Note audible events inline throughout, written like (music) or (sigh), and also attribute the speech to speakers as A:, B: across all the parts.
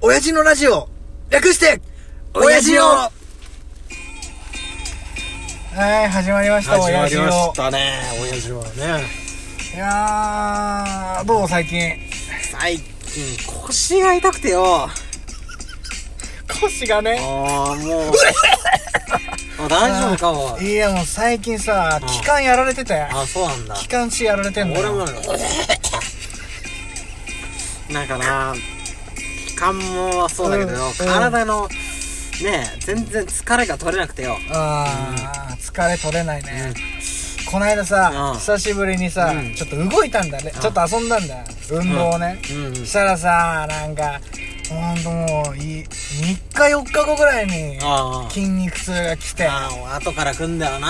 A: 親父のラジオ略して親父を
B: 親
A: はい始まりました
B: 始ま
A: 親
B: り
A: 父
B: ま
A: を
B: したね親父はね
A: いやーどう最近
B: 最近腰が痛くてよ
A: 腰がね
B: ああも (laughs) うあ大丈夫かも
A: いやもう最近さ
B: うん
A: 気管やられてたよ
B: あそうなんだ
A: 気管支やられてんの
B: 俺
A: よ
B: もなんかな気管もそうだけどよ、
A: うん
B: 体のね全然疲れが取れなくてよ
A: あー疲れ取れないねこないださ
B: うん
A: 久しぶりにさ
B: うん
A: ちょっと動いたんだね
B: うん
A: ちょっと遊んだんだよ運動をね
B: うん、うん、
A: したらさなんかほんともうい3日4日後ぐらいに
B: あー
A: 筋肉痛が来て
B: あー後から来んだよな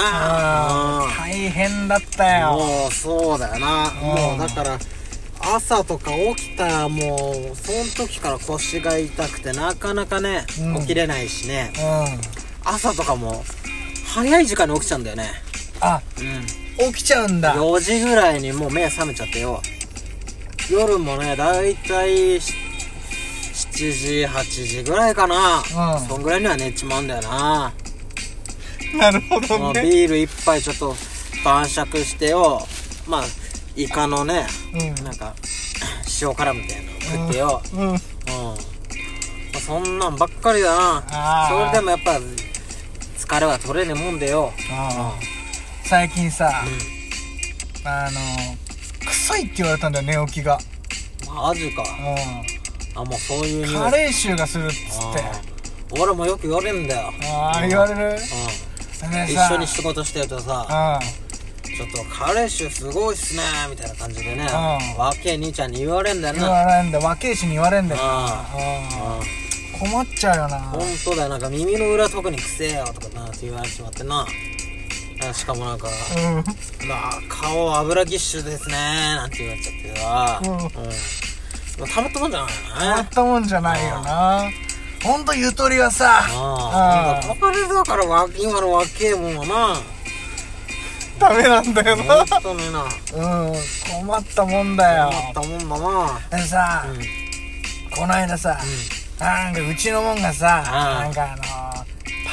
A: あー大変だった
B: うん
A: よ
B: もうそうだよな
A: う
B: も
A: ん
B: うだから朝とか起きたらもうその時から腰が痛くてなかなかね、
A: うん
B: 起きれないしね
A: うん
B: 朝とかも早い時間に起きちゃうんだよね
A: あ
B: うん
A: 起きちゃうんだ
B: 4時ぐらいにもう目覚めちゃってよ夜もねだいたいし7時8時ぐらいかな、
A: うん
B: そんぐらいには寝ちまうんだよな、
A: なるほ
B: まあビール一杯ちょっと晩酌してよまあイカのねなんか塩辛みたいなの食ってよ、
A: うんうん
B: うんまあ、そんなんばっかりだな
A: あー
B: それでもやっぱ疲れは取れねえもんでよ
A: あー最近さ
B: う
A: あの臭いって言われたんだよ寝起きが
B: んマジか
A: う
B: あもうそういうん匂い
A: 加齢臭がするっつって
B: うん俺もよく言われるんだよ、
A: ああ言われる
B: う
A: それ
B: ん、
A: で
B: 一
A: さ
B: 緒に仕事してるとさ
A: う
B: 「ちょっとカレー臭すごいっすね」みたいな感じでね
A: うん
B: 若え兄ちゃんに言われんだよ
A: ん言
B: な
A: われんだ若いしに言われんだよ
B: あ
A: うん
B: あ
A: 困っちゃうよな
B: 本当だよなんか耳の裏特にくせえよとかなって言われてしまってなあしかもなんか
A: うんうん
B: まあ顔油ぎっしゅですねなんて言われちゃってさ、
A: うん
B: うん、たまったもんじゃない
A: 困っ
B: よね
A: たもんじゃないよなほんとゆとりはさ
B: ああ
A: うん
B: これだからわ今の若えもんは
A: ダメなんだよ
B: な
A: な
B: 本当 (laughs) にな
A: うん困ったもんだよ
B: 困ったもんだな
A: でさ
B: うんうん
A: こないださなんかうちのもんがさ
B: あー
A: なんかあのー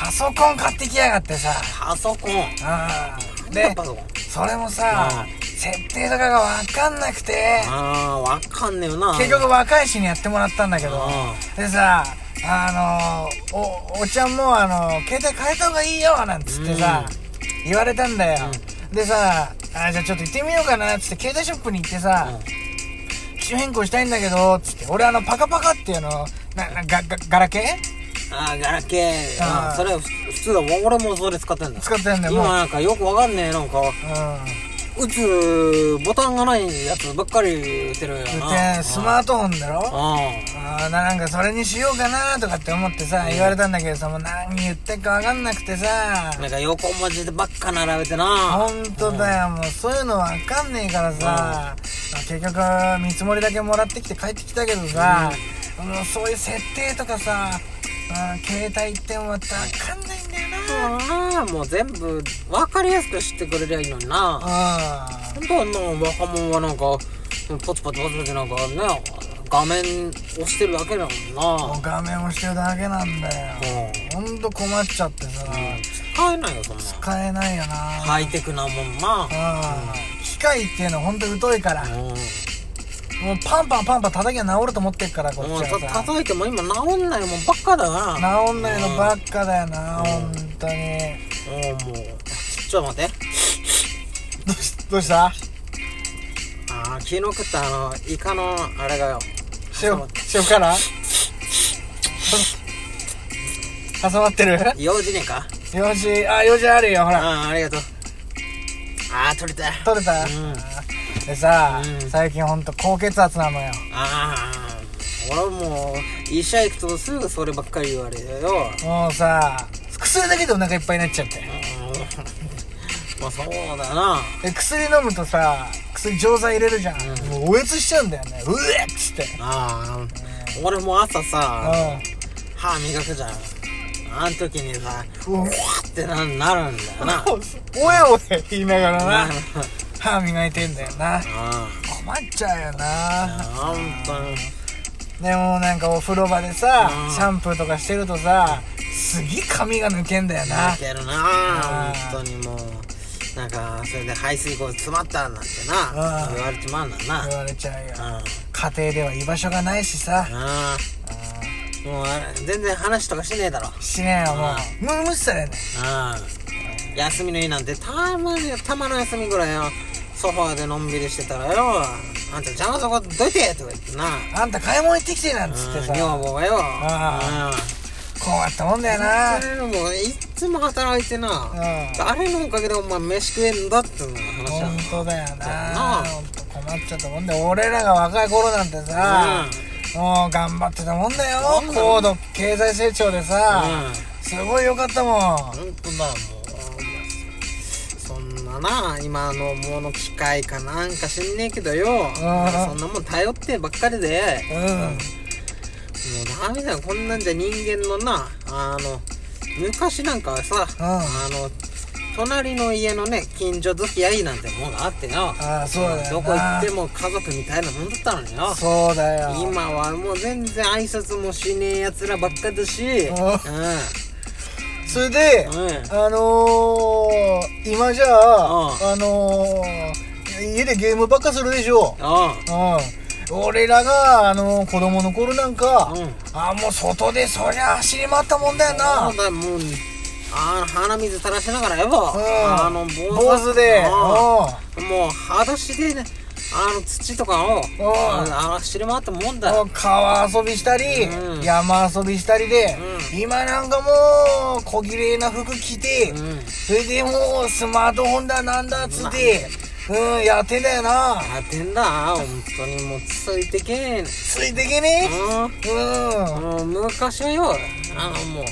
A: パソコン買ってきやがってさ
B: パソコン
A: あーで
B: やっぱパソコン
A: それもさ
B: あ
A: 設定とかが分かんなくて
B: ああわかんねえよな
A: 結局若いしにやってもらったんだけど
B: あ
A: でさあのーおおっちゃんもあのー携帯変えた方がいいよなんつってさ、言われたんだよ、でさあじゃあちょっと行ってみようかなっつって携帯ショップに行ってさ、機種変更したいんだけどっつって俺あのパカパカっていうのななガガガラケー
B: ああガラケー
A: あ
B: あ
A: あ
B: あそれは普普通だもん俺もそれ使ってんだ
A: 使ってんだよ
B: 今
A: もう
B: なんかよくわかんねえなんか
A: うん
B: 打つボタンがないやつばっかり打てるよな
A: でスマートフォンだろ
B: あ
A: あーななんかそれにしようかなとかって思ってさ言われたんだけどさもう何言ってっか分かんなくてさ
B: あなんか横文字でばっか並べてな
A: 本当だよもうそういうの分かんねえからさ結局見積もりだけもらってきて帰ってきたけどさもうそういう設定とかさうん携帯ってもう分かんないんだよ
B: ああもう全部わかりやすく知ってくれりゃいいのにな
A: な
B: 本当あんな若者はなんかポツポツポツポツなんかね画面押してるだけだ
A: うん
B: も
A: も
B: ん
A: う画面をしてるだけなんだよ
B: なうん
A: ほんと困っちゃってさ
B: 使えないよそんな
A: 使えないよな
B: ハイテクなもんな
A: うん機械っていうのはほんと疎いから
B: うん
A: もうパンパンパンパン叩きゃ治ると思ってっからこっ
B: もう
A: ち
B: た
A: はさ
B: 叩いても今治んないもんばっかだな
A: 治んないのばっかだよな
B: うん
A: 本当に
B: うんもうちょっと待って
A: どうしどうした
B: ああ昨日食ったあのイカのあれがよ
A: 塩塩辛挟まってる
B: 用事ねえか
A: 用事あ用事あるよほら
B: ああありがとうああ取れた
A: 取れた、
B: うん
A: でさ、
B: うん
A: 最近ほんと高血圧なのよ
B: ああ俺はもう医者行くとすぐそればっかり言われるよ
A: もうさ薬だけでお腹いっぱいになっちゃって
B: うんまあそうだな
A: で薬飲むとさ薬錠剤入れるじゃん、もうおえつしちゃうんだよねうえっつって
B: ああ俺も朝さ
A: う
B: 歯磨くじゃんあん時にさ
A: んう
B: うわってななるんだ
A: (laughs)
B: よな
A: おやおや言いながら
B: な
A: な歯磨いてんだよな
B: あ
A: 困っちゃうよな
B: あ本当に
A: でもなんかお風呂場でさ
B: うん
A: シャンプーとかしてるとさすげえ髪が抜けんだよな
B: 抜けるな
A: あー
B: 本当にもうなんかそれで排水口詰まったなんてな
A: うん
B: 言われちまうんだな
A: 言われちゃうよ
B: うん
A: 家庭では居場所がないしさ
B: あーもうあれ全然話とかしねえだろう
A: しねえよもうむ無視されね
B: ん休みの日なんてたまにたまの休みぐらいよソファーでのんびりしてたらよあんた邪魔そこどいてとか言ってな
A: あんた買い物行ってきてなんつって
B: うん
A: さ
B: 女房がよ
A: あ困ったもんだよな
B: うんそれでもいっつも働いてな
A: うん
B: 誰のおかげでお前飯食えんだっていう話だ
A: 本当だよ
B: そうや
A: な
B: な
A: ほんと困っちゃったもんで俺らが若い頃なんてさもう頑張ってたもんだよ
B: そうなの
A: 高度経済成長でさ
B: うん
A: すごい良かったもん
B: 本当だもうそんなな今のもの機械かなんか知んねえけどよそんなもん頼ってばっかりで
A: うん
B: もうダメだよこんなんじゃ人間のなあの昔なんかはさ、
A: うん
B: あの隣の家のね近所付き合いなんてもんがあってよ
A: ああそうだよな
B: どこ行っても家族みたいなもんだったのによ
A: そうだよ
B: 今はもう全然挨拶もしねえやつらばっかだし
A: う
B: うんん
A: それで
B: うん
A: あのー今じゃ
B: う
A: ああのー家でゲームばっかするでしょ
B: あ
A: うん俺らがあのー子供の頃なんか
B: あうん
A: あもう外でそりゃ走り回ったもんだよな
B: そうだもうあー鼻水垂らしながらよ、
A: ん
B: あの坊
A: 坊主で
B: もう裸足でねあの土とかを
A: おう
B: ああ走り回ったもんだ
A: うん川遊びしたり、
B: うん
A: 山遊びしたりで、
B: う
A: 今なんかもう小綺麗な服着て、
B: うん
A: それでもうスマートフォンだなんだっつって、うん、やってんだよな
B: やってんだ本当にもうついてけえ
A: ついてけねうん
B: うん、もう昔はよあのもう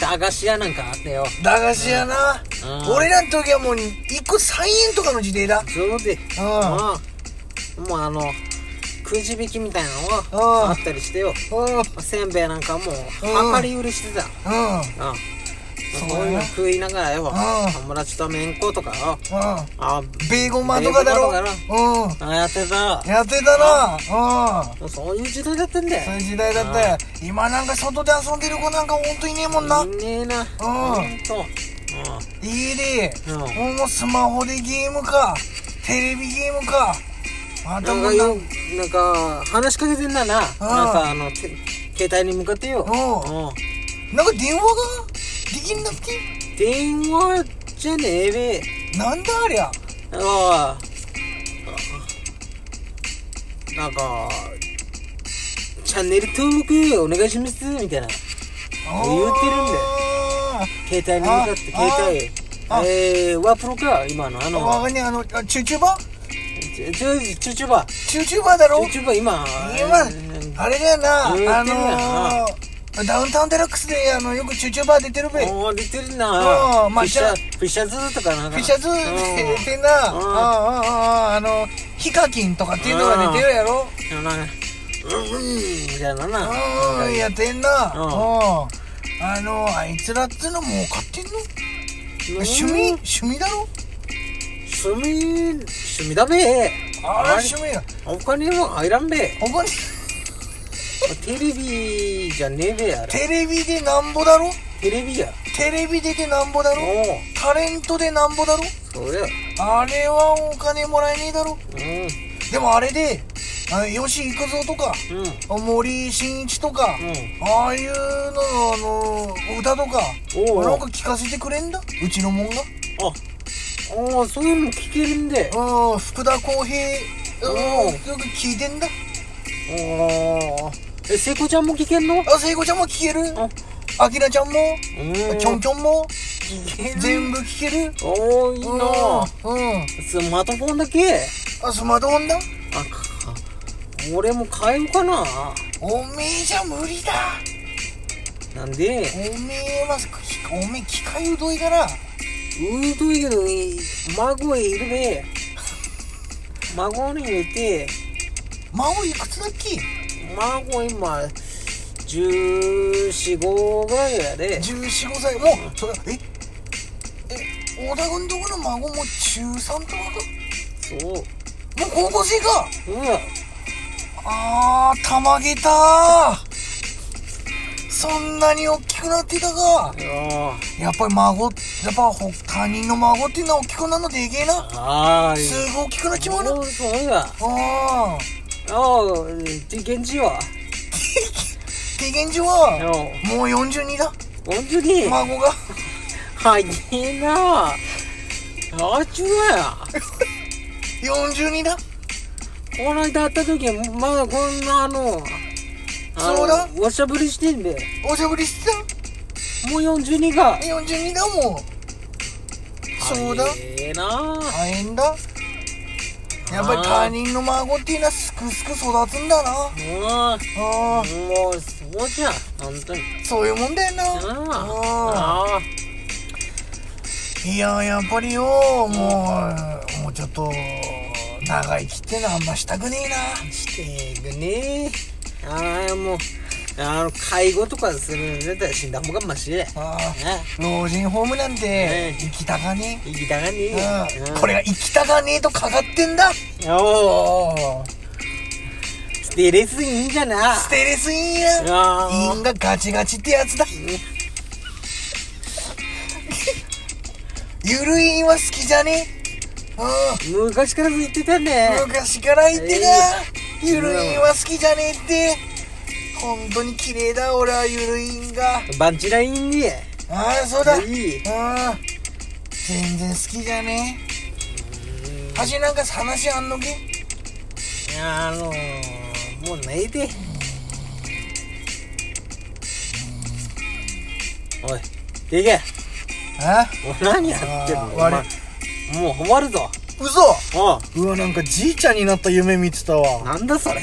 B: 駄菓子屋なんかあってよ
A: 駄菓子屋な、
B: うん
A: 俺らの時はもう1個3円とかの時代だ
B: そうで
A: うん
B: うんもうあのくじ引きみたいなの
A: うん
B: があったりしてよ
A: うんうん
B: せんべいなんかもう
A: うん
B: 量り売りしてた
A: うん
B: うん
A: そう
B: そういうの食いながらよ
A: ん
B: 友達とめんことかよあ
A: ベーゴマとかだろ
B: ベーゴマと
A: うん
B: あやってた
A: やってたなうん
B: もうそういう時代だったんだ
A: そうい
B: よ
A: う時代だったよ今なんか外で遊んでる子なんかほんといねえもんない
B: ねえなほんとう
A: 家で
B: うん
A: もうスマホでゲームかテレビゲームかま
B: ん
A: た
B: なん
A: も
B: か
A: うな
B: よなんか話しかけてんだななんかあのて携帯に向かってよ
A: うん
B: う
A: なんか電話ができんだっけ
B: ん電話じゃねえべ
A: なんだありゃ
B: ああなんかチャンネル登録お願いしますみたいな
A: あー
B: 言うてるんだよ携帯に向かって携
A: ああ
B: 帯えー、ワープロか今のあ
A: あわ
B: の
A: かんねえあのあチューチューバー
B: チュチュチュチュバー
A: チューチューバーだろ
B: チュチュバー今
A: 今あれだよ
B: 言うてん
A: な
B: や
A: あ
B: ん
A: のーダウンタウンデラックスであのよくチューチューバー出てるべフ
B: おー出てるな
A: うんまあ
B: フィッシャーフィッシャーズとかなんか
A: ィッシャーズ
B: うん
A: 出てなあ
B: うん
A: ああああのヒカキンとかっていうのが出てるやろ
B: あのなんかうんうんみたいなな
A: うんやってんな
B: うん
A: うんあのあいつらっつうの儲かってんの趣味趣味だろ
B: 趣味趣味だべ
A: あれ
B: あれ
A: 趣味だ
B: お金は入らんべ
A: ここに
B: テレビじゃねえべやあれ
A: テレビでなんぼだろ
B: テレビや
A: テレビ出てなんぼだ
B: お
A: ろタレントでなんぼだろ
B: おそりゃ
A: あれはお金もらえねえだろ
B: う
A: でもあれであ吉幾三とか
B: んうん
A: 森進一とか、
B: う
A: ああいうののあの歌とか
B: おうおう
A: なんか聞かせてくれんだうちのもんが
B: あああそういうの聞けるんで
A: うん福田浩平う
B: おうん
A: よく聞いてんだ
B: おーえ聖子ちゃんも聞けんの
A: あ聖子ちゃんも聞けるあきらちゃんも
B: うん
A: ちょんちょんも
B: 聞け
A: 全部聞ける
B: おーいい
A: うん
B: な
A: うん
B: スマートフォンだけ
A: あスマートフォンだ
B: あか俺も買えようかな
A: おめえじゃ無理だ
B: なんで
A: おめえはきおめえ機械うどいから
B: うーというのに孫いるね孫に言って
A: 孫いくつだっけ
B: 孫今1415ぐらいやで
A: 1415歳もうそれええ小田君とこの孫も中3とかか
B: そう
A: もう高校生か
B: うん
A: あー、玉毛たそんなに大きくなってたか
B: よー
A: やっぱり孫、やっぱほ他人の孫っていうのは大きくなるのでけえな。
B: ああいい
A: すぐ大きくなっちまうな。
B: そうそうだ
A: あー。 (laughs)
B: おうで現地は
A: で現状は、
B: よ
A: もう42だ。
B: 本当に
A: 孫が。
B: はいいいなあっちゅうや
A: 42だ。
B: この間会った時まだこんなあのあの
A: そうだ
B: おしゃぶりしてんで
A: おしゃぶりして
B: もう42が
A: た ?42 だもん。そうだ。
B: ええなあ
A: 大変だ。やっぱり他人の孫っていうのはすくすく育つんだな。
B: も
A: あ
B: うもうそうじゃん本当に
A: ーそういうもんだよな。
B: な
A: あ
B: ああ
A: ーいや、やっぱりよ、もう、もうちょっと、長生きってのはあんましたくねえな。
B: してくねああもうあの介護とかするんだったら死んだ方がマシで
A: あー
B: ね
A: 老人ホームなんて
B: ね、
A: 行きたかね
B: 生きたが
A: え。
B: ね
A: うん。これが行きたかねえとかかってんだ。
B: おおステレスいいんじゃな
A: ステレスインや。
B: あ
A: インがガチガチってやつだゆるいインは好きじゃねえ
B: 昔からずっと言ってた
A: うん
B: ね
A: 昔から言ってた、
B: えー
A: ゆるいインは好きじゃねえって本当に綺麗だ俺はゆるいインが
B: バンチラインにいい
A: ああそうだうん全然好きじゃねえ橋なんか話あんのけ
B: あのー、もう泣いておいでけ
A: あ
B: お何やってんの
A: あー
B: お前
A: 悪
B: もうハマるぞ
A: 嘘
B: お
A: うわなんかじいちゃんになった夢見てたわ
B: なんだそれ